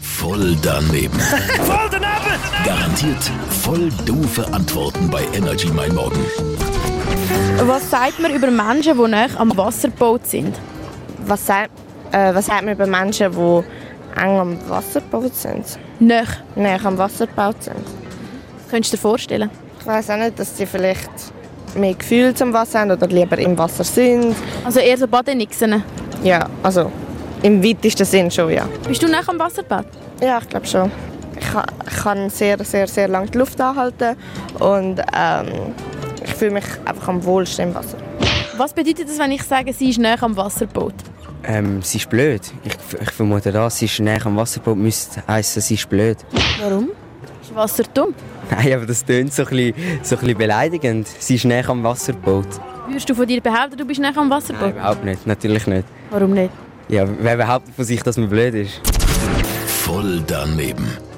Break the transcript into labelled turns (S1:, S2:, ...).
S1: Voll daneben. Garantiert voll doofe Antworten bei Energy Mein Morgen.
S2: Was sagt man über Menschen, die nahe am Wasser gebaut sind?
S3: Was sagt, äh, was sagt man über Menschen, die eng am Wasser gebaut sind?
S2: Nahe.
S3: Nein, am Wasser gebaut sind.
S2: Könntest du dir vorstellen?
S3: Ich weiß auch nicht, dass sie vielleicht mehr Gefühl zum Wasser haben oder lieber im Wasser sind.
S2: Also eher so Badenixen.
S3: Ja, also im weitesten Sinn schon, ja.
S2: Bist du nahe am Wasser gebaut?
S3: Ja, ich glaube schon. Ich, ka- ich kann sehr, sehr, sehr lange die Luft anhalten und ähm, ich fühle mich einfach am wohlsten im Wasser.
S2: Was bedeutet das, wenn ich sage, sie ist nahe am Wasser gebaut?
S4: Ähm, sie ist blöd. Ich, ich vermute das, sie ist näher am Wasserboot, müsste heissen, sie ist blöd.
S2: Warum? Ist Wasser dumm?
S4: Nein, aber das tönt so ein bisschen, so ein bisschen beleidigend. Sie ist näher am Wasserboot.
S2: Würdest du von dir behaupten, du bist nahe am Wasser
S4: Nein,
S2: gebaut?
S4: überhaupt nicht, natürlich nicht.
S2: Warum nicht?
S4: Ja, wer behauptet von sich, dass man blöd ist?
S1: Voll daneben.